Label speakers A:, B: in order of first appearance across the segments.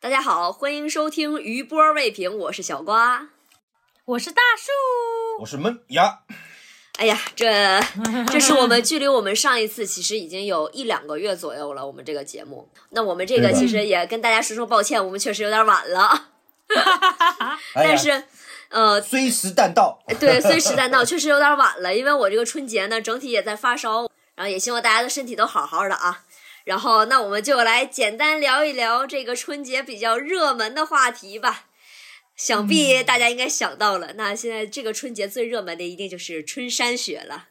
A: 大家好，欢迎收听余波未平，我是小瓜。
B: 我是大树，
C: 我是闷牙，
A: 哎呀，这这是我们距离我们上一次其实已经有一两个月左右了，我们这个节目。那我们这个
C: 对的
A: 其实也跟大家说声抱歉，我们确实有点晚了，
C: 哎呀
A: 但是。呃，
C: 虽时但到，
A: 对，虽实在闹，确实有点晚了，因为我这个春节呢，整体也在发烧，然后也希望大家的身体都好好的啊。然后，那我们就来简单聊一聊这个春节比较热门的话题吧。想必大家应该想到了，那现在这个春节最热门的一定就是春山雪了。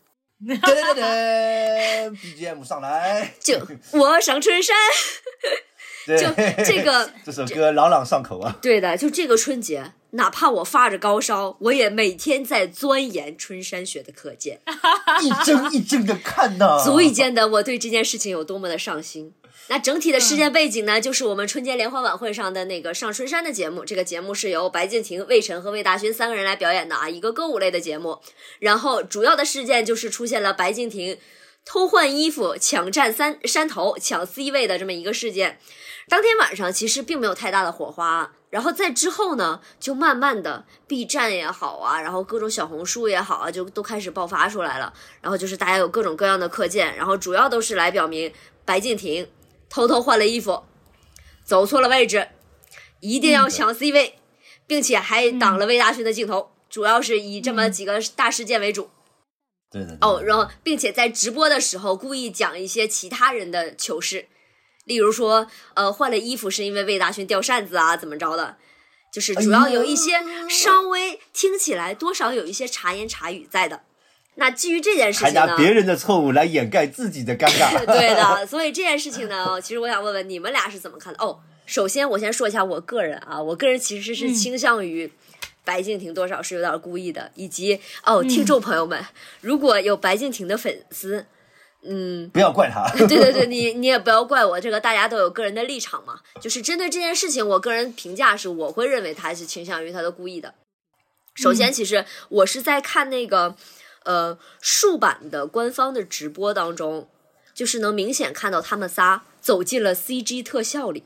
C: 噔噔噔噔，BGM 上来，
A: 就 我上春山，
C: 对
A: 就这个，
C: 这首歌朗朗上口啊，
A: 对的，就这个春节，哪怕我发着高烧，我也每天在钻研春山雪的课件，
C: 一帧一帧的看呐，
A: 足以见得我对这件事情有多么的上心。那整体的事件背景呢，就是我们春节联欢晚会上的那个上春山的节目。这个节目是由白敬亭、魏晨和魏大勋三个人来表演的啊，一个歌舞类的节目。然后主要的事件就是出现了白敬亭偷换衣服、抢占三山头、抢 C 位的这么一个事件。当天晚上其实并没有太大的火花，然后在之后呢，就慢慢的 B 站也好啊，然后各种小红书也好啊，就都开始爆发出来了。然后就是大家有各种各样的课件，然后主要都是来表明白敬亭偷偷换了衣服，走错了位置，一定要抢 C 位，并且还挡了魏大勋的镜头。主要是以这么几个大事件为主
C: 对的
A: 哦，然后并且在直播的时候故意讲一些其他人的糗事，例如说，呃，换了衣服是因为魏大勋掉扇子啊，怎么着的，就是主要有一些稍微听起来多少有一些茶言茶语在的。那基于这件事
C: 还
A: 情呢，
C: 拿别人的错误来掩盖自己的尴尬，
A: 对的，所以这件事情呢，其实我想问问你们俩是怎么看的？哦，首先我先说一下我个人啊，我个人其实是
B: 嗯
A: 倾向于白敬亭多少是有点故意的，以及哦，听众朋友们，如果有白敬亭的粉丝，嗯。
C: 不要怪他，
A: 对对对，你你也不要怪我，这个大家都有个人的立场嘛。就是针对这件事情，我个人评价是，我会认为他是倾向于他的故意的。首
C: 嗯
A: 先，其实我是在看那个呃竖版的官方的直播当中，就是能明显看到他们仨走进了 CG 特效里，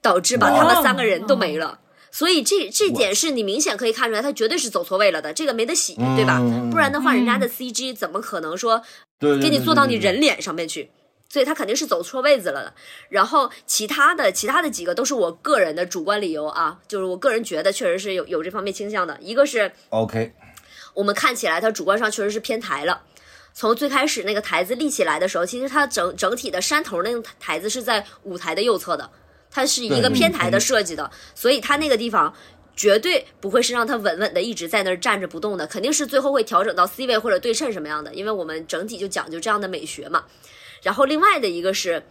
A: 导致把他
C: 哦
A: 们三个人都没了。所以这这点是你明显可以看出来，他绝对是走错位了的，这个没得洗，对吧？
C: 嗯
A: 不然的话，人家的 CG 怎么可能说
C: 对对，
A: 给你
C: 对
A: 做到你，
C: 对对
A: 人脸上面去。所以他肯定是走错位子了的。然后其他的其他的几个都是我个人的主观理由啊，就是我个人觉得确实是有有这方面倾向的。一个是
C: OK，
A: 我们看起来它主观上确实是偏台了。从最开始那个台子立起来的时候，其实它整整体的山头那个台子是在舞台的右侧的，它是一个
C: 对
A: 偏台的设计的，所以它那个地方绝对不会是让它稳稳的一直在那儿站着不动的，肯定是最后会调整到 C 位或者对称什么样的，因为我们整体就讲究这样的美学嘛。然后另外的一个是，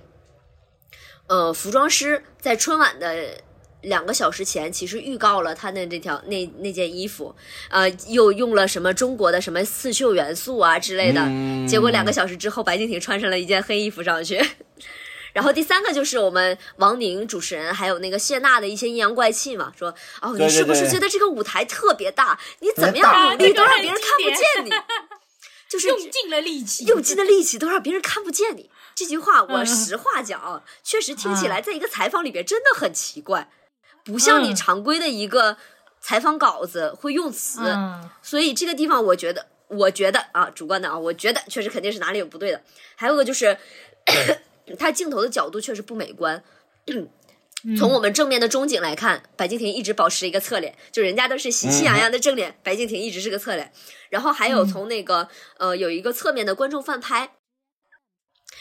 A: 呃，服装师在春晚的两个小时前，其实预告了他的这条那那件衣服，呃，又用了什么中国的什么刺绣元素啊之类的。
C: 嗯
A: 结果两个小时之后，白敬亭穿上了一件黑衣服上去。 然后第三个就是我们王宁主持人还有那个谢娜的一些阴阳怪气嘛，说哦，你
C: 对对
A: 是不是
C: 对
A: 觉得这个舞台特别大？你怎么
C: 特
A: 样
C: 别大
A: 努力都让
B: 对
A: 别人
B: 经
A: 看不
B: 典
A: 见你？ 就是
B: 用尽了力气，
A: 用尽的力气都让别人看不见你。这句话我
B: 嗯
A: 实话讲啊，确实听起来在一个采访里边真的很奇怪，不像你
B: 嗯
A: 常规的一个采访稿子会用词。
B: 嗯
A: 所以这个地方我觉得，我觉得啊，主观的啊，我觉得确实肯定是哪里有不对的。还有一个就是，它镜头的角度确实不美观。从我们正面的中景来看，白敬亭一直保持一个侧脸，就人家都是喜气洋洋的正脸，白敬亭一直是个侧脸。然后还有从那个、呃有一个侧面的观众翻拍，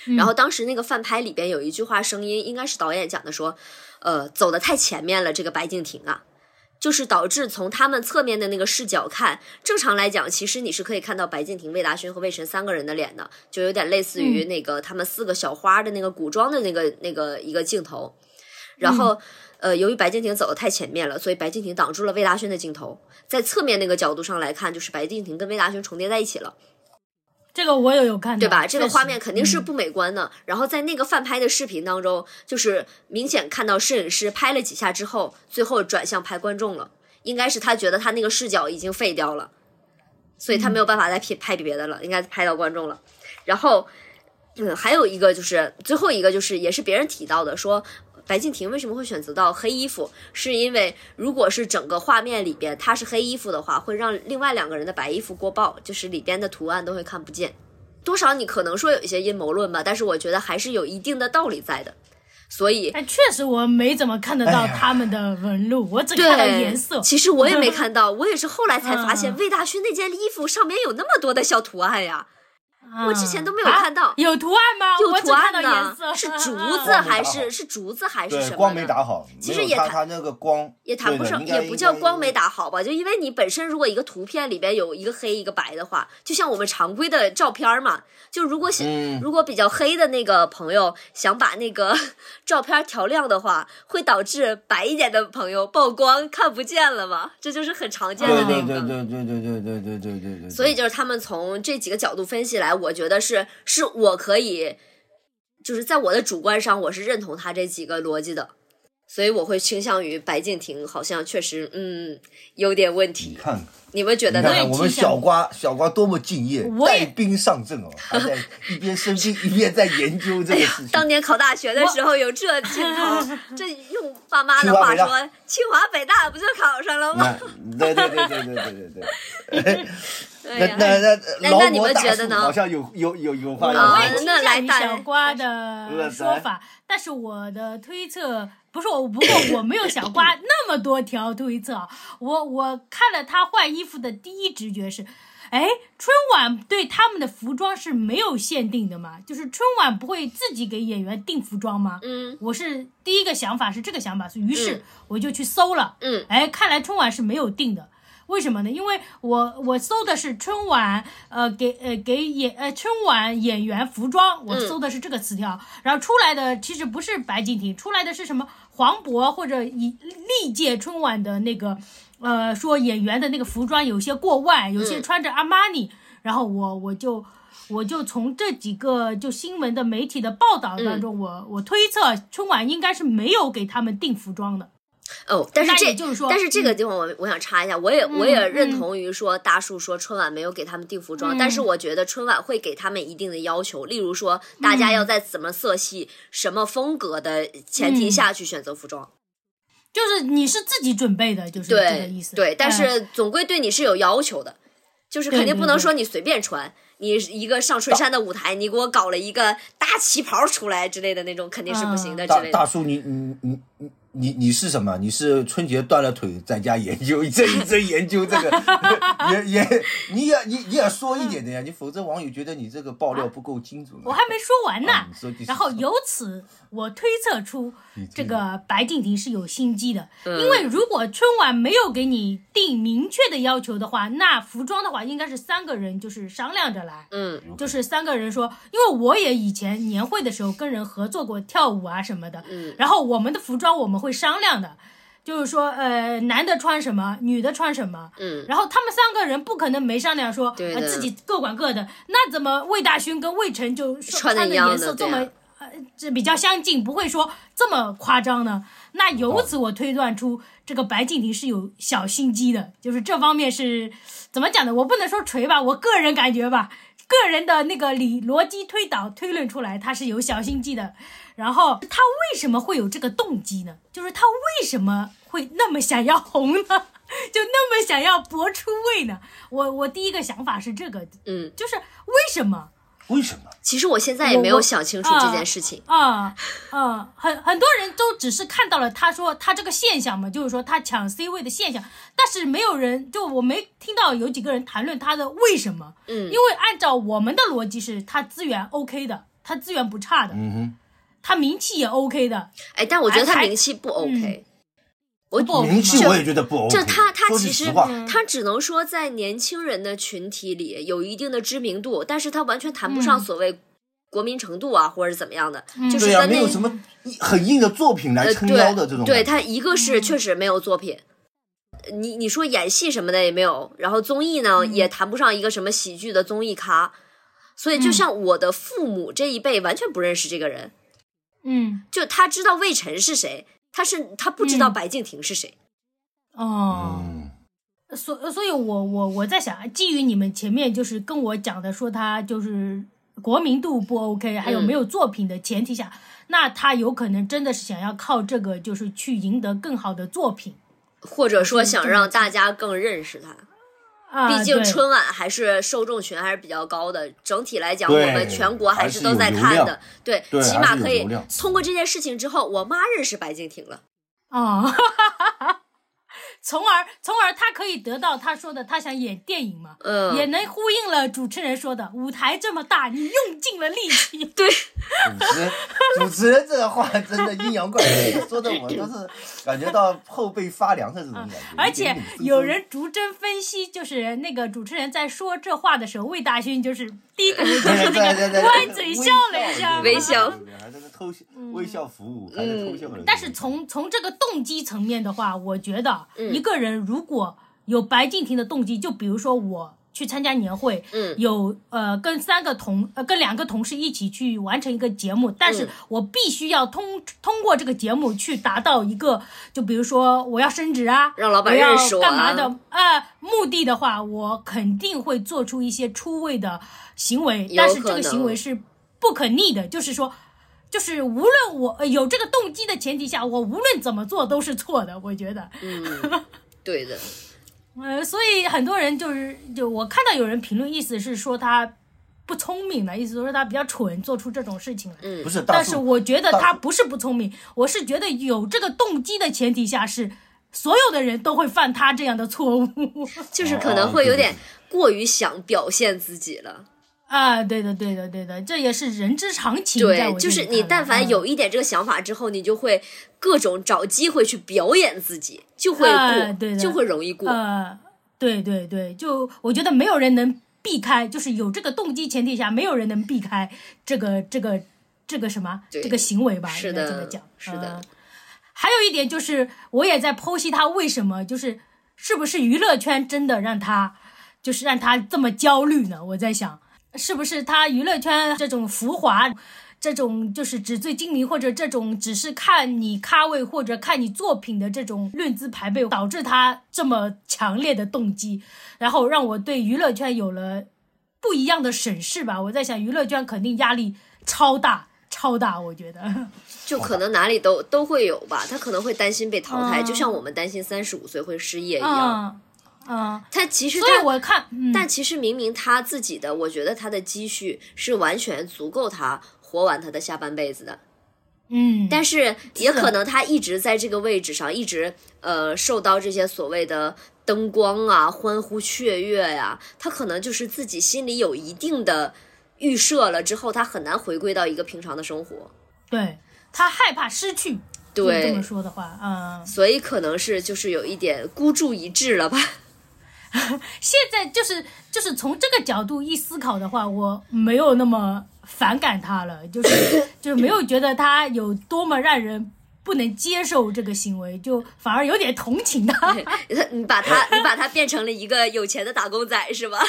B: 嗯
A: 然后当时那个翻拍里边有一句话声音，应该是导演讲的，说，呃，走的太前面了，这个白敬亭啊，就是导致从他们侧面的那个视角看，正常来讲，其实你是可以看到白敬亭、魏大勋和魏晨三个人的脸的，就有点类似于那个他们四个小花的那个古装的那个那个一个镜头。然后，呃，由于白敬亭走的太前面了，所以白敬亭挡住了魏大勋的镜头，在侧面那个角度上来看，就是白敬亭跟魏大勋重叠在一起了。
B: 这个我也有看到，
A: 对吧？这个
B: 确实
A: 画面肯定
B: 嗯
A: 是不美观的。然后在那个翻拍的视频当中，就是明显看到摄影师拍了几下之后，最后转向拍观众了，应该是他觉得他那个视角已经废掉了，所以他没有办法再拍拍别的了，应该拍到观众了。然后，嗯，还有一个就是最后一个就是也是别人提到的，说白敬亭为什么会选择到黑衣服，是因为如果是整个画面里边他是黑衣服的话，会让另外两个人的白衣服过曝，就是里边的图案都会看不见。多少你可能说有一些阴谋论吧，但是我觉得还是有一定的道理在的。所以
B: 哎，确实我没怎么看得到
C: 哎呀
B: 他们的纹路，我只
A: 对，
B: 看到颜色。
A: 其实我也 没看到，我也是后来才发现
B: 嗯
A: 魏大勋那件衣服上面有那么多的小图案呀，
B: 啊
A: 我之前都没有看到
B: 啊有图案吗？
A: 有
B: 我
A: 图
B: 只看
A: 案
B: 到颜
A: 呢
B: 色，，
A: 是竹子
C: 光没
A: 还
C: 打
A: 是
C: 好
A: 是竹子还是什
C: 对，
A: 么？
C: 光没。打好，
A: 其实
C: 没有
A: 也
C: 他
A: 谈
C: 他那个光
A: 也谈不
C: 对的
A: 上，
C: 应该
A: 也不叫光没
C: 应该
A: 打好吧，就因为你本身如果一个图片里边有一个黑一个白的话，就像我们常规的照片嘛，就如果想、
C: 嗯
A: 如果比较黑的那个朋友想把那个照片调亮的话，会导致白一点的朋友曝光看不见了嘛，这就是很常见的那
C: 对
A: 个。
C: 对对对对对对对对对对对，
A: 所以就是他们从这几个角度分析来，我觉得是是我可以，就是在我的主观上，我是认同他这几个逻辑的，所以我会倾向于白敬亭，好像确实嗯有点问
C: 你
A: 题。
C: 看。
A: 你们觉得
C: 嗯你
A: 呢
C: 看？看我们小瓜，小瓜多么敬业，
B: 我也
C: 带兵上阵 哦，还在一边生病一边在研究这个事情。
A: 哎当年考大学的时候有这劲头，这用爸妈的话
C: 清华
A: 说，清华北大不就考上了吗？
C: 那对对对对对 对对
A: 对
C: 对，
A: 呀、
C: 那那那
A: 哎那
C: 劳
A: 那你
C: 模
A: 们
C: 大
A: 觉
C: 叔
A: 得呢
C: 好像有有有有话要
B: 我
A: 啊
B: 也
C: 说
B: 倾
A: 那来
B: 向于
A: 带
B: 小瓜
C: 来
B: 的说法，但是我的推测不是我，不过我没有小瓜那么多条推测啊。我我看了他换衣服的第一直觉是，哎，春晚对他们的服装是没有限定的吗？就是春晚不会自己给演员定服装吗？
A: 嗯
B: 我是第一个想法是这个想法，于
A: 嗯
B: 是我就去搜了。
A: 嗯
B: 哎，看来春晚是没有定的。为什么呢？因为我我搜的是春晚，呃，给呃给演呃春晚演员服装，
A: 嗯
B: 我搜的是这个词条，然后出来的其实不是白敬亭，出来的是什么黄渤或者以历届春晚的那个，呃，说演员的那个服装有些过
A: 嗯
B: 万，有些穿着阿玛尼，然后我我就我就从这几个就新闻的媒体的报道当
A: 嗯
B: 中，我我推测春晚应该是没有给他们定服装的，
A: 哦，但是
B: 那
A: 这
B: 也就是说
A: 但是这个地方我我想插一下，我也我也
B: 嗯
A: 认同于说大树说春晚没有给他们定服装，
B: 嗯
A: 但是我觉得春晚会给他们一定的要求，例如说大家要
B: 嗯
A: 在什么色系、什么风格的前提
B: 嗯
A: 下去选择服装，
B: 就是你是自己准备的，就是这个
A: 对
B: 意思。
A: 对，但
B: 哎
A: 是总归对你是有要求的，就是肯定不能说你随便穿。你一个上春山的舞台，你给我搞了一个大旗袍出来之类的那种，肯定是不行
B: 嗯
A: 的之
C: 大
A: 类的。
C: 大叔，你你你你你你是什么？你是春节断了腿，在家研究一阵一阵研究这 个，也也你也你你也说一点的呀，你否则网友觉得你这个爆料不够精准。
B: 我还没说完呢。
C: 啊你说第四
B: 然后
C: 条
B: 由此我推测出
C: 你这
B: 这
C: 个
B: 个白敬亭是有心机的，
A: 嗯
B: 因为如果春晚没有给你定明确的要求的话，那服装的话应该是三个人就是商量着来。
A: 嗯
B: 就是三个人说，因为我也以前年会的时候跟人合作过跳舞啊什么的，
A: 嗯
B: 然后我们的服装我们会商量的，就是说，呃，男的穿什么，女的穿什么，
A: 嗯，
B: 然后他们三个人不可能没商量说，
A: 对
B: 呃
A: 的
B: 自己各管各的，那怎么魏大勋跟魏晨就说
A: 穿得
B: 的
A: 一样
B: 颜
A: 的
B: 色这
A: 对啊
B: 么、呃这比较相近，不会说这么夸张呢？那由此我推断出这个白敬亭是有小心机的，就是这方面是怎么讲呢？我不能说锤吧，我个人感觉吧，个人的那个理逻辑推导推论出来，他是有小心机的。然后他为什么会有这个动机呢？ 就是他为什么会那么想要红呢？ 就那么想要博出位呢？我我第一个想法是这个，
A: 嗯，
B: 就是为什么
C: 为什么？
A: 其实我现在也没有
B: 我
A: 想清楚这件事情。
B: 啊啊，很很多人都只是看到了他说他这个现象嘛，就是说他抢 C 位的现象，但是没有人就我没听到有几个人谈论他的为什么，
A: 嗯
B: 因为按照我们的逻辑是他资源 OK 的，他资源不差的，
C: 嗯哼。
B: 他名气也 OK 的，
A: 哎，但我觉得他
B: 还嗯
A: 名气不 OK，、我
B: 不嗯 OK
C: 名气
B: 吗
C: 我也觉得不 OK。
A: 哦这他他
C: 说
A: 其
C: 句
A: 实
C: 实话，
A: 他只能说在年轻人的群体里有一定的知名度，但是他完全谈不上
B: 嗯
A: 所谓国民程度啊，或者怎么样的，就是在
C: 对呀、
A: 那
C: 没有什么很硬的作品来
A: 呃
C: 撑腰的这种
A: 对，对
C: 感觉。
A: 他一个
B: 嗯
A: 是确实没有作品。你你说演戏什么的也没有，然后综艺
B: 嗯
A: 呢、也谈不上一个什么喜剧的综艺咖，所以就像我的父母这一辈完全不认识这个人，
B: 嗯
A: 就他知道魏晨是谁，他是他不知道
B: 嗯
A: 白敬亭是谁，
B: 哦。
C: 嗯，
B: 所所以我，我我在想，基于你们前面就是
A: 嗯
B: 跟我讲的，说他就是国民度不 OK，还有没有作品的前提下，那他有可能真的是想要靠这个就是去赢得更好的作品
A: 或者说想让大家更认识他。
B: 嗯啊。
A: 毕竟
B: 对
A: 春晚还是受众群还是比较高的，整体来讲，我
C: 对
A: 们全国
C: 还
A: 是
C: 是
A: 都在
C: 有流
A: 看
C: 量
A: 的，对，
C: 对
A: 起
C: 还
A: 码
C: 是
A: 可
C: 有
A: 以
C: 流量
A: 通过这件事情之后，我妈认识白敬亭了。
B: 啊， 从而从而他可以得到他说的他想演电影嘛，也
A: 嗯，
B: 能呼应了主持人说的舞台这么大，你用尽了力气。
A: 对，
C: 主持人主持人这个话真的阴阳怪气，说的我都是感觉到后背发凉的这种感觉。
B: 嗯而
C: 一点
B: 且
C: 点生
B: 有
C: 生
B: 人逐帧分析，就是那个主持人在说这话的时候，魏大勋就是低 头， 就是那个歪嘴笑了一下，嗯
A: 微笑
C: 对对对还在那偷笑微笑服务，还在偷笑了。
B: 但是从从这个动机层面的话，我觉得
A: 嗯
B: 一个人如果有白敬亭的动机，就比如说我去参加年会，
A: 嗯
B: 有呃跟三个同呃跟两个同事一起去完成一个节目，但是
A: 嗯
B: 我必须要通通过这个节目去达到一个，就比如说我要升职啊，
A: 让老板
B: 我要
A: 认识我啊
B: 干嘛的呃目的的话，我肯定会做出一些出位的行为，
A: 有
B: 但是
A: 可
B: 这个
A: 能
B: 行为是不可逆的，就是说。就是无论我呃有这个动机的前提下，我无论怎么做都是错的，我觉得。
A: 嗯，对的，
C: 哦
B: 呃，所以很多人就是就我看到有人评论，意思是说他不聪明了，意思说他比较蠢，做出这种事情来。
A: 嗯
C: 不是，
B: 但
C: 大
B: 是
C: 树
B: 我觉得
C: 大
B: 他
C: 树
B: 不是不聪明，我是觉得有这个动机的前提下是。所有的人都会犯他这样的错误
A: 就是
C: 哦
A: 可能
C: 哦
A: 会有
C: 对对
A: 点过于想表现自己了。
B: 啊！对的，对的，对的，这也是人之常情。嗯在
A: 对，
B: 我
A: 就
B: 这
A: 是
B: 里
A: 你
B: 看
A: 但
B: 来
A: 凡
B: 嗯
A: 有一点这个想法之后，你就会各种找机会去表演自己，就会
B: 哎对
A: 过，
B: 的
A: 就会容易过。
B: 呃，对对对，就我觉得没有人能避开，就是有这个动机前提下，没有人能避开这个这个这个什么
A: 对
B: 这个行为吧？
A: 是
B: 应该这
A: 的
B: 么讲，
A: 是的
B: 呃还有一点就是，我也在剖析他为什么就是是不是娱乐圈真的让他就是让他这么焦虑呢？我在想，是不是他娱乐圈这种浮华，这种就是纸醉金迷，或者这种只是看你咖位或者看你作品的这种论资排辈，导致他这么强烈的动机，然后让我对娱乐圈有了不一样的审视吧。我在想，娱乐圈肯定压力超大。超大，我觉得
A: 就可能哪里都都会有吧，他可能会担心被淘汰，
B: 嗯
A: 就像我们担心三十五岁会失业一样。
B: 嗯嗯，
A: 他其实
B: 所以
A: 他，
B: 我看，嗯、
A: 但其实明明他自己的，我觉得他的积蓄是完全足够他活完他的下半辈子的。
B: 嗯，
A: 但是也
B: 是
A: 可能他一直在这个位置上，一直呃受到这些所谓的灯光啊、欢呼雀跃呀、他可能就是自己心里有一定的预设了之后，他很难回归到一个平常的生活。
B: 对他害怕失去，就这
A: 对
B: 么，说的话，嗯，
A: 所以可能是就是有一点孤注一掷 了吧。
B: 现在就是就是从这个角度一思考的话，我没有那么反感他 了，就是就是没有觉得他有多么让人不能接受这个行为，就反而有点同情他。
A: 你把他，你把他变成了一个有钱的打工仔是吧？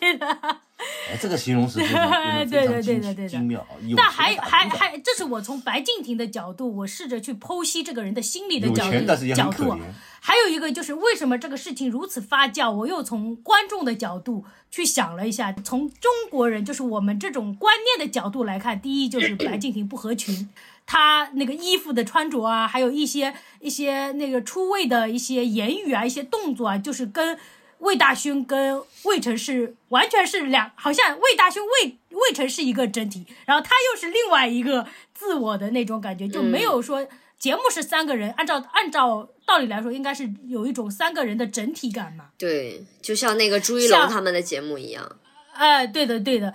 B: 对的，
C: 哎这个形容 词非常
B: 对的
C: 非常
B: 对
C: 精
B: 的对的
C: 精妙，有
B: 但
C: 钱
B: 还
C: 打工
B: 还
C: 仔
B: 还，这是我从白敬亭的角度，我试着去剖析这个人的心理的
C: 有
B: 角
C: 钱但是
B: 度
C: 也
B: 角
C: 很可
B: 度啊
C: 怜。
B: 还有一个就是为什么这个事情如此发酵，我又从观众的角度去想了一下，从中国人就是我们这种观念的角度来看，第一就是白敬亭不合群，他那个衣服的穿着啊，还有一些一些那个出位的一些言语啊，一些动作啊，就是跟魏大勋跟魏晨是完全是两，好像魏大勋魏魏晨是一个整体，然后他又是另外一个自我的那种感觉，就没有说节目是三个人，按照按照道理来说，应该是有一种三个人的整体感嘛。
A: 对，就像那个朱一龙
B: 像
A: 他们的节目一样。
B: 哎，对的对的，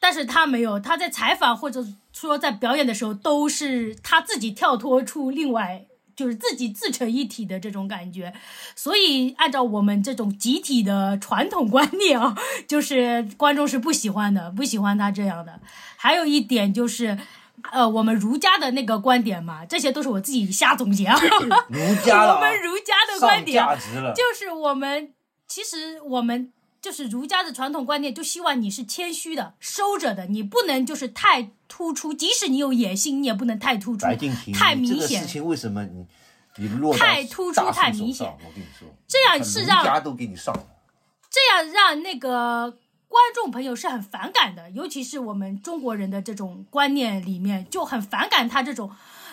B: 但是他没有，他在采访或者说在表演的时候，都是他自己跳脱出另外。就是自己自成一体的这种感觉，所以按照我们这种集体的传统观念啊，就是观众是不喜欢的，不喜欢他这样的。还有一点就是，呃，我们儒家的那个观点嘛，这些都是我自己瞎总结啊，
C: 儒家了
B: 我
C: 啊，
B: 们儒家的观
C: 上
B: 点
C: 价值了，
B: 就是我们其实我们就是儒家的传统观念，就希望你是谦虚的、收着的，你不能就是太突出，即使你有野心，你也不能太突出
C: 白敬亭，、
B: 太
C: 你
B: 明
C: 这个事
B: 显。
C: 情为什么你你落到
B: 太突出
C: 大树
B: 太
C: 手
B: 明显
C: 上我跟你说，
B: 这样
C: 很
B: 是
C: 儒
B: 让
C: 家都给你上了。
B: 这样让那个观众朋友是很反感的，尤其是我们中国人的这种观念里面就很反感他这种，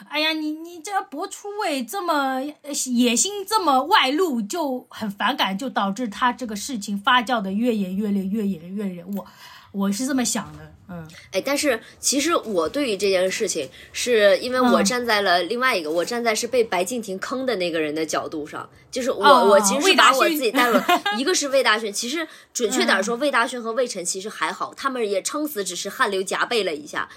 B: 哎呀，你你这博出位这么呃野心这么外露，就很反感，就导致他这个事情发酵的越演越烈，越演越烈。我我是这么想的，嗯，
A: 哎，但是其实我对于这件事情，是因为我
B: 嗯
A: 站在了另外一个，我站在是被白敬亭坑的那个人的角度上，就是我、
B: 哦
A: 我其实
B: 魏
A: 是
B: 大
A: 把我自
B: 勋嗯
A: 己带入 了，一个是魏大勋，其实准确点儿说，魏大勋和魏晨其实还好，他们也撑死只是汗流浃背了一下。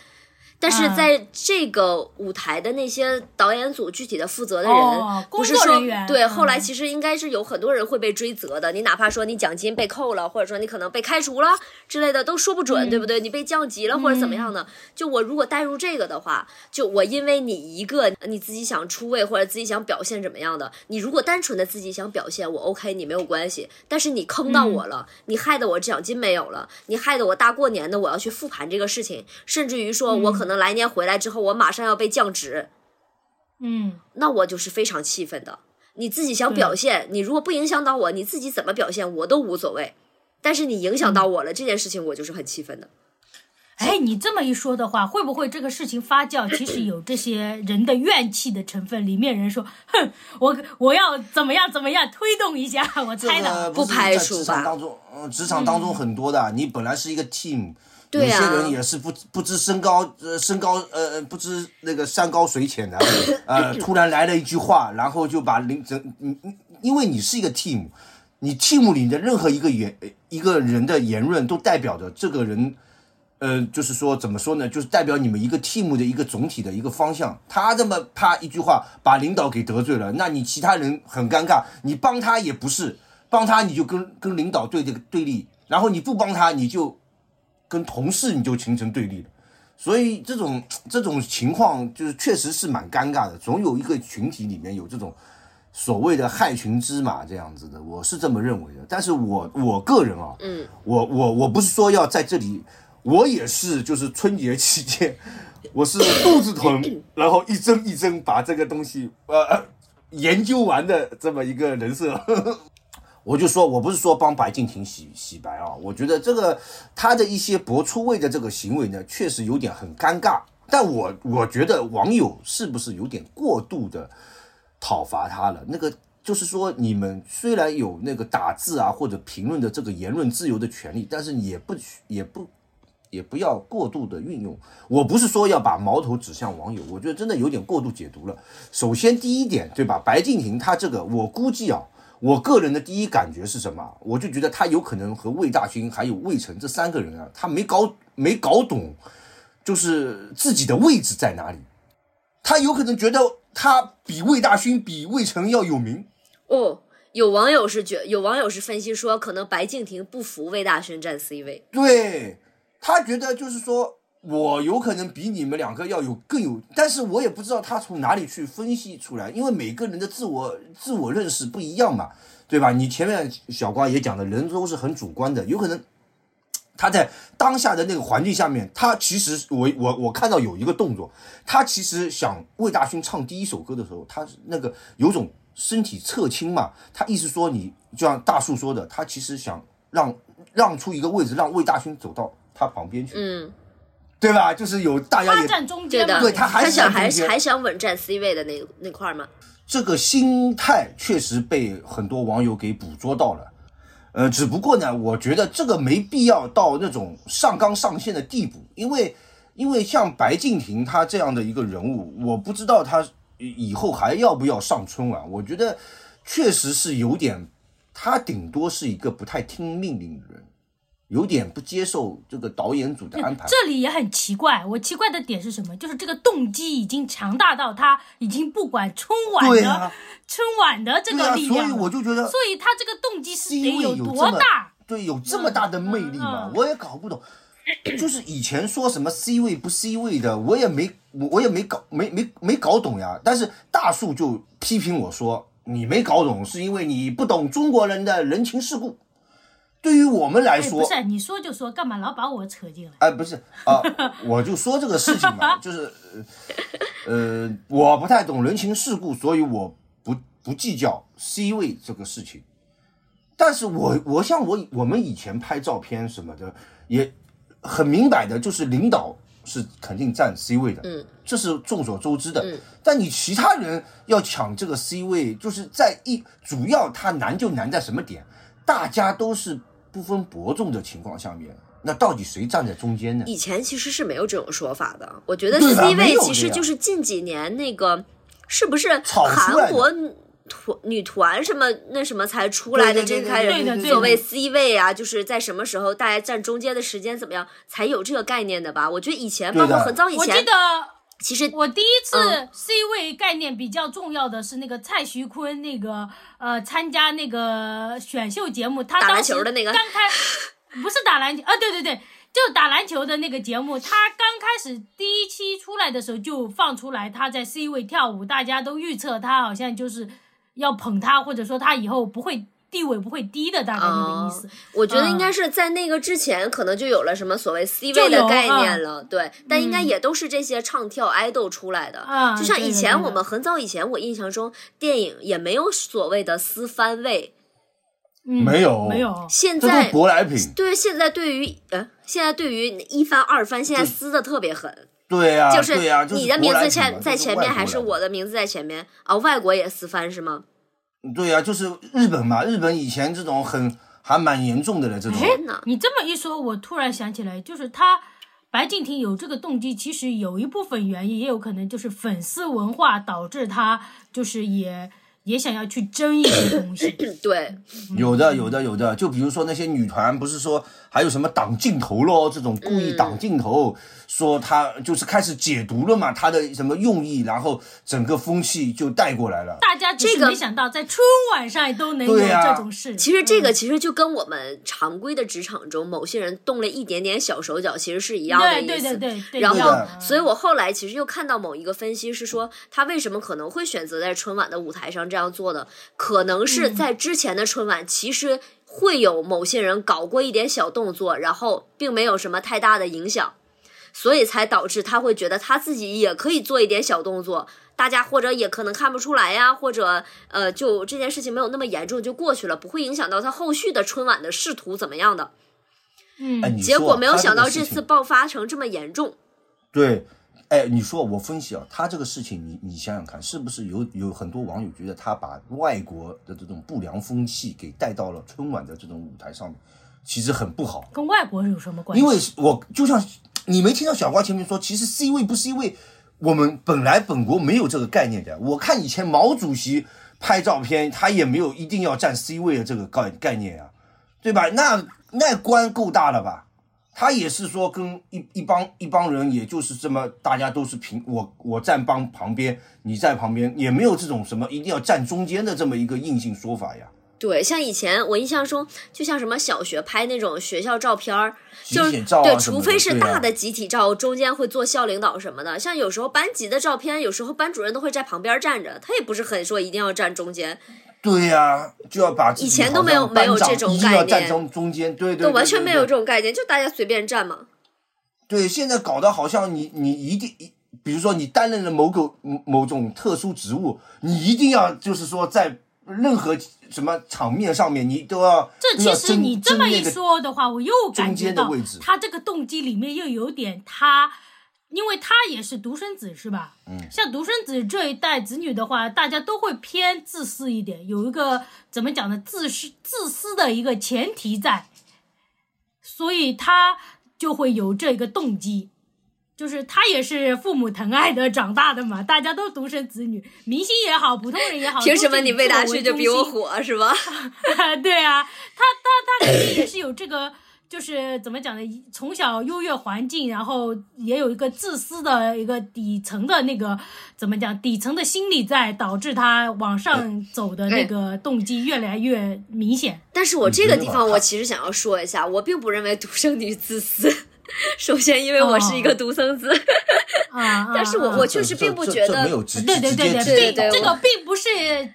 A: 但是
B: 嗯
A: 在这个舞台的那些导演组具体的负责的人，
B: 哦
A: 不是
B: 工作
A: 说
B: 人员
A: 对，
B: 嗯
A: 后来其实应该是有很多人会被追责的。你哪怕说你奖金被扣了，或者说你可能被开除了之类的，都说不
B: 嗯
A: 准，对不对？你被降级了或者怎么样的？就我如果带入这个的话，就我因为你一个你自己想出位或者自己想表现怎么样的，你如果单纯的自己想表现，我 OK，你没有关系。但是你坑到
B: 嗯
A: 我了，你害得我奖金没有了，你害得我大过年的我要去复盘这个事情，甚至于说我可能来年回来之后，我马上要被降职，
B: 嗯，
A: 那我就是非常气愤的。你自己想表现，你如果不影响到我，你自己怎么表现我都无所谓。但是你影响
C: 嗯
A: 到我了，这件事情我就是很气愤的。
B: 哎，你这么一说的话，会不会这个事情发酵，其实有这些人的怨气的成分？里面人说，哼，我我要怎么样怎么样推动一下，我
C: 这
B: 猜
C: 个
B: 的。
A: 不
C: 不是
A: 排
C: 在
A: 除
C: 职
A: 吧
C: 场当中，嗯，职场当中很多的，你本来是一个 team，
A: 对啊
C: 有些人也是不不知身高，呃，身高，呃，呃不知那个山高水浅的，呃，突然来了一句话，然后就把领整，嗯嗯因为你是一个 team，你 team 里的任何一个言呃一个人的言论都代表着这个人。呃，就是说怎么说呢？就是代表你们一个 team 的一个总体的一个方向。他这么啪一句话把领导给得罪了，那你其他人很尴尬，你帮他也不是，帮他你就跟跟领导对这个对立，然后你不帮他你就跟同事你就形成对立了。所以这种这种情况就是确实是蛮尴尬的，总有一个群体里面有这种所谓的害群之马这样子的，我是这么认为的。但是我我个人啊，嗯，我我我不是说要在这里，我也是就是春节期间，我是肚子疼，然后一针一针把这个东西呃呃研究完的这么一个人设。 我就说，我不是说帮白敬亭洗洗白啊，我觉得这个他的一些博出位的这个行为呢，确实有点很尴尬。但我我觉得网友是不是有点过度的讨伐他了？那个就是说，你们虽然有那个打字啊或者评论的这个言论自由的权利，但是也不也不也不要过度的运用。我不是说要把矛头指向网友，我觉得真的有点过度解读了。首先第一点，对吧？白敬亭他这个，我估计啊，我个人的第一感觉是什么啊？我就觉得他有可能和魏大勋还有魏晨这三个人啊，他没搞没搞懂，就是自己的位置在哪里。他有可能觉得他比魏大勋、比魏晨要有名，
A: 哦，有网友是觉，有网友是分析说，可能白敬亭不服魏大勋占 C 位。
C: 对他觉得就是说我有可能比你们两个要有更有，但是我也不知道他从哪里去分析出来，因为每个人的自我自我认识不一样嘛，对吧？你前面小瓜也讲了，人都是很主观的，有可能他在当下的那个环境下面，他其实我我我看到有一个动作，他其实想魏大勋唱第一首歌的时候，他那个有种身体侧倾嘛，他意思说你就像大树说的，他其实想让让出一个位置，让魏大勋走到他旁边去，
A: 嗯，
C: 对吧？就是有大家
B: 他
C: 也
B: 站中
A: 对
B: 间
A: 的，
B: 嘛，
C: 对他还
A: 他
C: 是在
A: 想
C: 中
A: 还
C: 间
A: 还想稳占 C 位的那那块儿吗？
C: 这个心态确实被很多网友给捕捉到了。呃，只不过呢，我觉得这个没必要到那种上纲上线的地步，因为因为像白敬亭他这样的一个人物，我不知道他以后还要不要上春晚。我觉得确实是有点，他顶多是一个不太听命令的人，有点不接受这个导演组的安排。
B: 这里也很奇怪，我奇怪的点是什么？就是这个动机已经强大到他已经不管春晚
C: 对
B: 的、
C: 啊，
B: 春晚的这
C: 对
B: 个
C: 啊，
B: 力
C: 所
B: 量
C: 以
B: 了，
C: 我就觉得，
B: 所以他这个动机是
C: C
B: 得
C: 位有
B: 多
C: 这么
B: 大？
C: 对，有这么大的魅力吗？
B: 嗯嗯
C: 我也搞不懂。就是以前说什么 C 位不 C 位的，我也没我我也没搞没没没搞懂呀。但是大树就批评我说，你没搞懂是因为你不懂中国人的人情世故。对于我们来
B: 哎，
C: 说，
B: 不是，你说就说，干嘛老把我扯进来？
C: 哎，不是啊、我就说这个事情 嘛，就是呃呃，我不太懂人情世故，所以我不不计较 C 位这个事情。但是我我像我我们以前拍照片什么的，也很明摆的，就是领导是肯定占 C 位的，
A: 嗯，
C: 这是众所周知的。
A: 嗯
C: 但你其他人要抢这个 C 位，就是在一主要它难就难在什么点？大家都是不分伯仲的情况下面，那到底谁站在中间呢？
A: 以前其实是没有这种说法的。我觉得
C: 对吧啊
A: C
C: 没
A: 位
C: 有
A: 其
C: 的
A: 实
C: 呀
A: 就是近几年那个，是不是
C: 炒出来的
A: 韩国女团女团什么那什么才出来的？
C: 对对
A: 这
C: 对
A: 个开
B: 对的
A: 始
B: 对的
A: 所谓 C 位啊，就是在什么时候大家站中间的时间怎么样，才有这个概念的吧？我觉得以前
C: 对
A: 包
C: 的
A: 括很早以
B: 我记
A: 前，
B: 得
A: 其实
B: 我第一次
A: 嗯
B: C 位概念比较重要的是那个蔡徐坤那个呃参加那个选秀节目，他
A: 打篮
B: 当时
A: 球的那个
B: 刚开 不是打篮球啊，对对对。就打篮球的那个节目，他刚开始第一期出来的时候就放出来他在 C 位跳舞，大家都预测他好像就是要捧他，或者说他以后不会地位不会低的，大概那个意思。
A: 我觉得
B: 嗯
A: 应该是在那个之前，可能就有了什么所谓 C
B: 就
A: 位
B: 有
A: 的概念了，对。但应该也都是这些唱跳爱豆出来的，
B: 嗯
A: 哦就像以
B: 对
A: 前
B: 的对的
A: 我们很早以前，我印象中电影也没有所谓的私番位，
B: 嗯，
C: 没有
B: 没有，
A: 现
C: 这都是
A: 在
C: 舶来品。
A: 对现在对于呃现在对于一番二番现在撕的特别狠，
C: 对呀、啊，
A: 就是
C: 对呀、啊，
A: 你的名字前在前面还
C: 是
A: 是
C: 舶来品嘛
A: 我的名字在前面啊？外国也私番是吗？
C: 对呀、就是日本嘛，日本以前这种很还蛮严重的了，这
B: 哎
C: 种。
A: 天哪！
B: 你这么一说，我突然想起来，就是他白敬亭有这个动机，其实有一部分原因，也有可能就是粉丝文化导致他就是也也想要去争一些 东西。
A: 对，
C: 有的，有的，有的。就比如说那些女团，不是说还有什么挡镜头咯，这种故意
A: 嗯
C: 挡镜头，说她就是开始解读了嘛，她的什么用意，然后整个风气就带过来了。
B: 大家只是
A: 这个
B: 没想到，在春晚上都能有
C: 对呀
B: 这种事。嗯
A: 其实这个其实就跟我们常规的职场中某些人动了一点点小手脚，其实是一样的
B: 对
A: 意思。
B: 对对对对，
A: 然
B: 一
C: 对
B: 样
A: 后
C: 的，
A: 所以我后来其实又看到某一个分析是说，他为什么可能会选择在春晚的舞台上这样做的，可能是
C: 嗯
A: 在之前的春晚其实会有某些人搞过一点小动作，然后并没有什么太大的影响，所以才导致他会觉得他自己也可以做一点小动作。大家或者也可能看不出来呀，或者呃，就这件事情没有那么严重就过去了，不会影响到他后续的春晚的仕途怎么样的。
C: 哎，
B: 嗯，
C: 你
A: 结
C: 说
A: 果没有
C: 她
A: 想
C: 个
A: 到
C: 事
A: 这
C: 情
A: 次爆发成这么严重。
C: 对，哎，你说我分析啊，他这个事情你，你想想看，是不是有有很多网友觉得他把外国的这种不良风气给带到了春晚的这种舞台上面，其实很不好。
B: 跟外国有什么关系？
C: 因为我就像你没听到小花前面说，其实 C 位不 C 位，我们本来本国没有这个概念的。我看以前毛主席拍照片，他也没有一定要占 C 位的这个概概念啊，对吧？那那官够大了吧？他也是说跟一一帮一帮人，也就是这么，大家都是平，我我站帮旁边，你在旁边，也没有这种什么一定要站中间的这么一个硬性说法呀。
A: 对，像以前我印象中，就像什么小学拍那种学校照片儿，就
C: 集
A: 是
C: 体照啊
A: 对，
C: 什
A: 除
C: 么的
A: 非是
C: 对啊
A: 大的集体照，中间会做校领导什么的。像有时候班级的照片，有时候班主任都会在旁边站着，他也不是很说一定要站中间，
C: 对呀、就要把自己
A: 以前都没有
C: 好像
A: 没有
C: 班长
A: 这种
C: 一定要
A: 概念
C: 站中中间，对对对
A: 都完全没有
C: 对
A: 这种概念，就大家随便站嘛。
C: 对，现在搞得好像你你一定，一比如说你担任了某个某某种特殊职务，你一定要就是说在任何什么场面上面，你都要
B: 这
C: 都要
B: 其实
C: 争
B: 你这么一
C: 争那个
B: 说的话，我又感觉到
C: 中间的位置
B: 他这个动机里面又有点他，因为他也是独生子是吧？嗯，像独生子这一代子女的话，大家都会偏自私一点，有一个怎么讲呢，自私自私的一个前提在，所以他就会有这个动机。就是他也是父母疼爱的长大的嘛，大家都独生子女，明星也好，普通人也好，
A: 凭什
B: 哦
A: 么
B: 都是以
A: 你魏
B: 自我
A: 大
B: 为
A: 勋就比
B: 中
A: 我
B: 心
A: 火是吧？
B: 对啊，他他他肯定也是有这个，就是怎么讲呢？从小优越环境，然后也有一个自私的一个底层的那个怎么讲？底层的心理在，导致他往上走的那个动机越来越明显。
A: 但是我这个地
C: 你觉得
A: 方，
C: 吧
A: 我其实想要说一下，我并不认为独生女自私。 首先，因为我是一
B: 哦
A: 个独生子，
B: 啊，
A: 但是我
B: 啊
A: 我
B: 啊
A: 确实
C: 这
A: 并不
C: 这
A: 觉
C: 这
A: 得
C: 没有直
B: 对对
C: 直
B: 对
A: 对
C: 接
B: 对，
A: 对
B: 并这
A: 我
B: 个并不是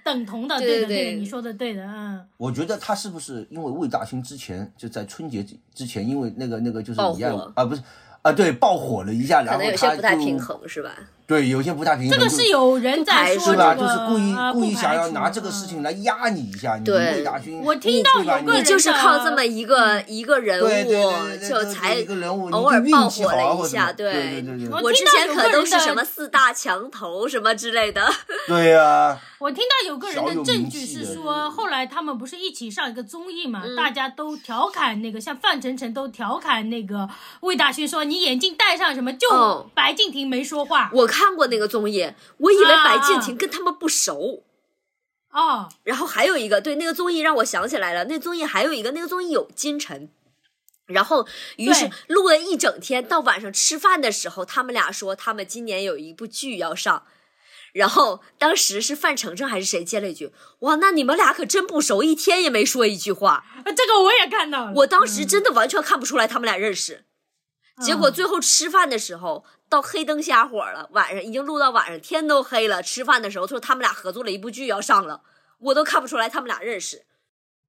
B: 等同的，
A: 对对
B: 的对的，
A: 对
B: 你说的对的，嗯，
C: 我觉得他是不是因为魏大勋之前就在春节之前，因为那个那个就是
A: 爆
C: 李安
A: 火
C: 啊不是啊对爆火了一下，然
A: 可
C: 后
A: 能有
C: 他
A: 些不太
C: 就
A: 平衡是吧？
C: 对，有些不太平
B: 这
C: 衡，
B: 个
C: 就是
B: 有人在
A: 不排除
B: 说
C: 是
B: 这个
C: 吧？，就是故意
B: 呃
C: 故意想要拿这个。
B: 不排除嗯
C: 事情来压你一下，你
A: 对
C: 魏大勋，
B: 我听到
C: 对吧
B: 有个人嗯
A: 你就是靠这么一个一个人
C: 对对对
A: 物
C: 对对
A: 就
C: 对
A: 才
C: 一个人物，你
A: 偶
C: 就
A: 尔
C: 运
A: 爆
C: 气
A: 火
C: 好
A: 了一
C: 或什么
A: 下，
C: 对对对
B: 我
A: 我之
B: 听到
A: 前
B: 有
A: 可
B: 个
A: 都
B: 人
A: 是
B: 的
A: 什么四大墙头什么之类 的，
C: 对呀，
B: 我听到有个人
C: 小有
B: 的证
C: 名
B: 据
C: 气
B: 是
C: 的
B: 说，后来他们不是一起上一个综艺
A: 嗯
B: 嘛，大家都调侃那个，像范丞丞都调侃那个魏大勋说你眼镜戴上什么，就
A: 哦
B: 白敬亭没说话
A: 我看过那个综艺，我以为
B: 啊
A: 白敬亭跟他们不熟。
B: 哦，
A: 然后还有一个，对那个综艺让我想起来了，那综艺还有一个，那个综艺有金晨。然后，于是
B: 对
A: 录了一整天，到晚上吃饭的时候，他们俩说他们今年有一部剧要上。然后当时是范丞丞还是谁接了一句：“哇，那你们俩可真不熟，一天也没说一句话。”
B: 呃这个我也看到了。
A: 我当时真的完全看不出来他们俩认识。
B: 嗯
A: 结果最后吃饭的时候，到黑灯瞎火了，晚上已经录到晚上，天都黑了。吃饭的时候说他们俩合作了一部剧要上了，我都看不出来他们俩认识。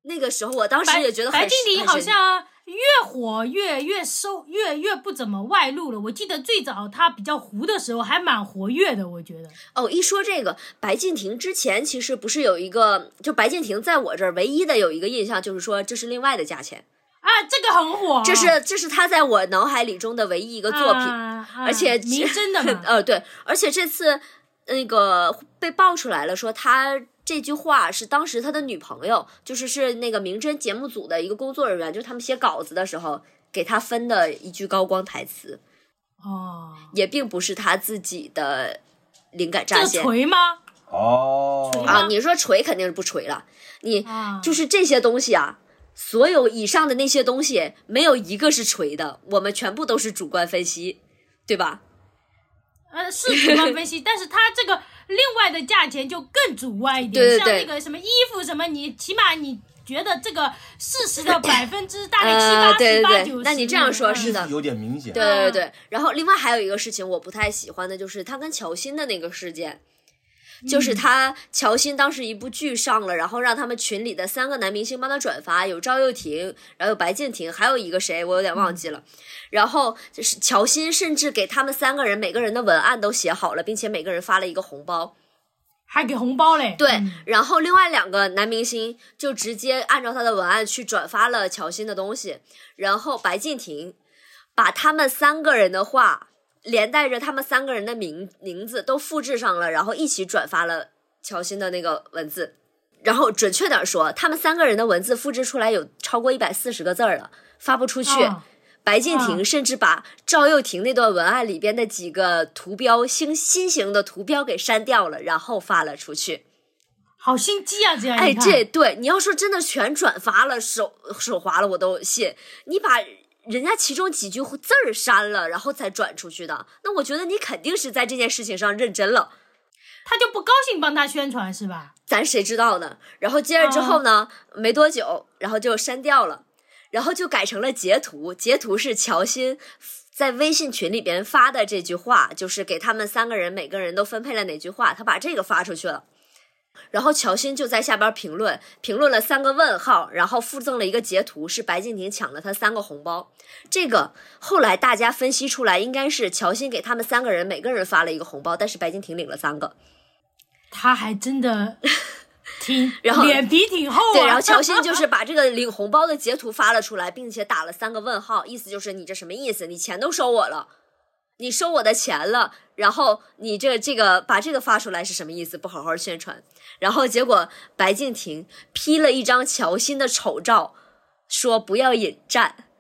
A: 那个时候我当时
B: 白
A: 也觉得很
B: 白敬亭好
A: 很神
B: 像越火越越收越越不怎么外露了。我记得最早他比较糊的时候还蛮活跃的，我觉得。
A: 哦，一说这个白敬亭之前其实不是有一个，就白敬亭在我这儿唯一的有一个印象就是说这是另外的价钱，
B: 啊，这个很火，
A: 这是这是他在我脑海里中的唯一一个作品。
B: 啊啊
A: 而且
B: 明真 的嘛，
A: 呃，对，而且这次呃那个被爆出来了，说他这句话是当时他的女朋友，就是是那个明侦节目组的一个工作人员，就是他们写稿子的时候给他分的一句高光台词，
B: 哦，
A: 也并不是他自己的灵感
B: 这
A: 乍
B: 个
A: 现。
B: 锤吗？
C: 哦，
B: 锤
A: 啊
B: 吗，
A: 你说锤肯定是不锤了，你
B: 啊，
A: 就是这些东西啊，所有以上的那些东西没有一个是锤的，我们全部都是主观分析，对吧？
B: 呃，是主观分析，但 是它这个另外的价钱就更主观一点，
A: 对对对
B: 像那个什么衣服什么，你起码你觉得这个事 实的百分之大概七
A: 呃
B: 八、
A: 对
B: 十八
A: 对对
B: 九十，嗯
A: 那你这样说是的
C: 有点明显，
A: 对对对，然后另外还有一个事情我不太喜欢的就是他跟乔欣的那个事件，就是他乔欣当时一部剧上了，然后让他们群里的三个男明星帮他转发，有赵又廷，然后有白敬亭，还有一个谁我有点忘记了。然后就是乔欣甚至给他们三个人每个人的文案都写好了，并且每个人发了一个红包。
B: 还给红包嘞，
A: 对
B: 嗯，
A: 然后另外两个男明星就直接按照他的文案去转发了乔欣的东西，然后白敬亭把他们三个人的话，连带着他们三个人的名名字都复制上了，然后一起转发了乔欣的那个文字。然后准确点说，他们三个人的文字复制出来有超过一百四十个字儿了，发不出去。
B: 啊
A: 白敬
B: 啊
A: 亭甚至把赵又廷那段文案里边的几个图标星新型的图标给删掉了，然后发了出去。
B: 好心机啊，这样
A: 哎，
B: 一看
A: 这对你要说真的全转发了，手手滑了我都信。你把人家其中几句字儿删了，然后再转出去的，那我觉得你肯定是在这件事情上认真了。
B: 他就不高兴帮他宣传是吧？
A: 咱谁知道呢？然后接着之后呢，没多久，然后就删掉了，然后就改成了截图。截图是乔欣在微信群里边发的这句话，就是给他们三个人每个人都分配了哪句话，他把这个发出去了。然后乔欣就在下边评论，评论了三个问号，然后附赠了一个截图，是白敬亭抢了他三个红包。这个后来大家分析出来，应该是乔欣给他们三个人每个人发了一个红包，但是白敬亭领了三个。
B: 他还 真的挺，
A: 然后
B: 脸皮挺厚啊。
A: 对，然后乔欣就是把这个领红包的截图发了出来，并且打了三个问号，意思就是你这什么意思？你钱都收我了，你收我的钱了，然后你这这个把这个发出来是什么意思？不好好宣传。然后结果白敬亭 P 了一张乔欣的丑照，说不要引战。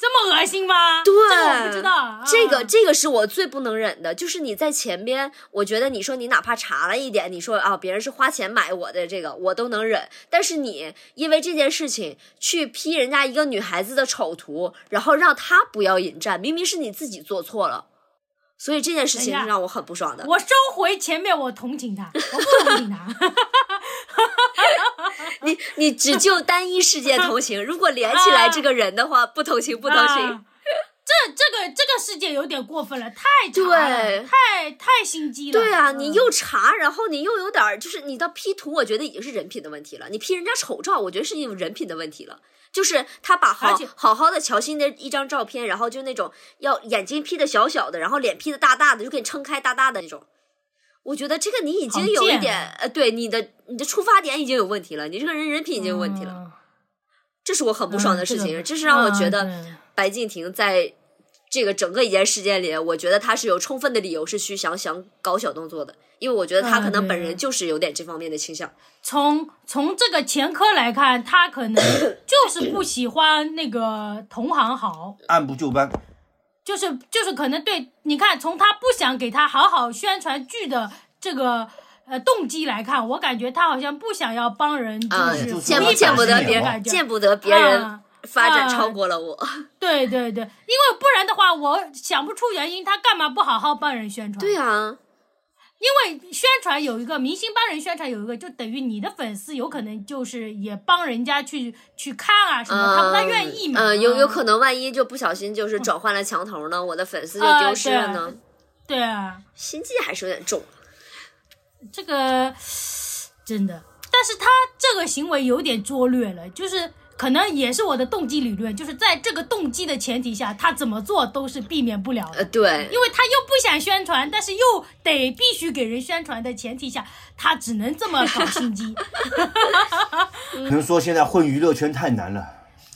B: 这么恶心吗？
A: 对
B: 这个我不知道啊。
A: 这个这个是我最不能忍的，就是你在前边，我觉得你说你哪怕查了一点，你说啊别人是花钱买我的这个，我都能忍，但是你因为这件事情去 P 人家一个女孩子的丑图，然后让她不要引战，明明是你自己做错了，所以这件事情
B: 等一
A: 是
B: 下
A: 让我很不爽的。
B: 哎我收回前面，我同情他，我不同 情他。
A: 你你 只就单一事件同情，如果连起来这个人的话，不同情不同情。
B: 啊啊这 这这个这个事件有点过分了，太查
A: 对
B: 了，太太心机了。
A: 对啊，
B: 嗯
A: 你又查，然后你又有点儿，就是你到 P 图，我觉得已经是人品的问题了。你 P 人家丑照，我觉得是你人品的问题了。就是他把好
B: 而且
A: 好好的乔欣的一张照片，然后就那种要眼睛 P 的小小的，然后脸 P 的大大的，就给你撑开大大的那种。我觉得这个你已经
B: 好
A: 有一
B: 贱啊
A: 点，呃，对你的你的出发点已经有问题了，你这个人人品已经有问题了，
B: 嗯
A: 这是我很不爽的事情，
B: 嗯这个
A: 这是让我觉得、
B: 嗯对
A: 白敬亭在这个整个一件事件里，我觉得他是有充分的理由是去想想搞小动作的，因为我觉得他可能
B: 嗯
A: 本人
B: 对
A: 就是有点这方面的倾向。
B: 从从这个前科来看，他可能 就是不喜欢那个同行好，
C: 按部就班，
B: 就是就是可能对，你看从他不想给他好好宣传剧的这个呃动机来看，我感觉他好像不想要帮人，就
A: 啊、
B: 是
A: 见
B: 故
A: 不
B: 意
A: 见不
B: 把
A: 得
B: 事
A: 别
B: 情
C: 有
B: 感
A: 人，
B: 觉
A: 见不得别人
B: 啊
A: 发展
B: 啊
A: 超过了我。
B: 对对对，因为不然的话，我想不出原因，他干嘛不好好帮人宣传？
A: 对啊，
B: 因为宣传有一个明星帮人宣传有一个，就等于你的粉丝有可能就是也帮人家去去看啊什么，他们他愿意嘛？啊
A: 嗯、有有
B: 能
A: 可能万一就不小心就是转换了墙头呢，我的粉丝就
B: 啊
A: 丢失了呢。
B: 对啊，
A: 心机还是有点重。
B: 这个真的，但是他这个行为有点拙劣了，就是可能也是我的动机理论，就是在这个动机的前提下，他怎么做都是避免不了
A: 呃，
B: 的。
A: 对，
B: 因为他又不想宣传，但是又得必须给人宣传的前提下，他只能这么搞 心机。
C: 能说现在混娱乐圈太难了。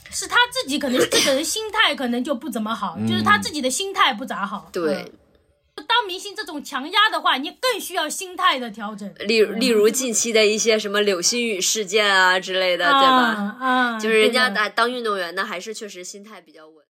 B: 是他自己可能这个人心态可能就不怎么好，就是他自己的心态不咋好。
A: 对，
B: 嗯当明星这种强压的话，你更需要心态的调整，
A: 例如例
B: 嗯
A: 如近期的一些什么柳新宇事件啊之类的，对吧？
B: 啊啊，
A: 就是人家
B: 对的
A: 打当运动员呢，还是确实心态比较稳。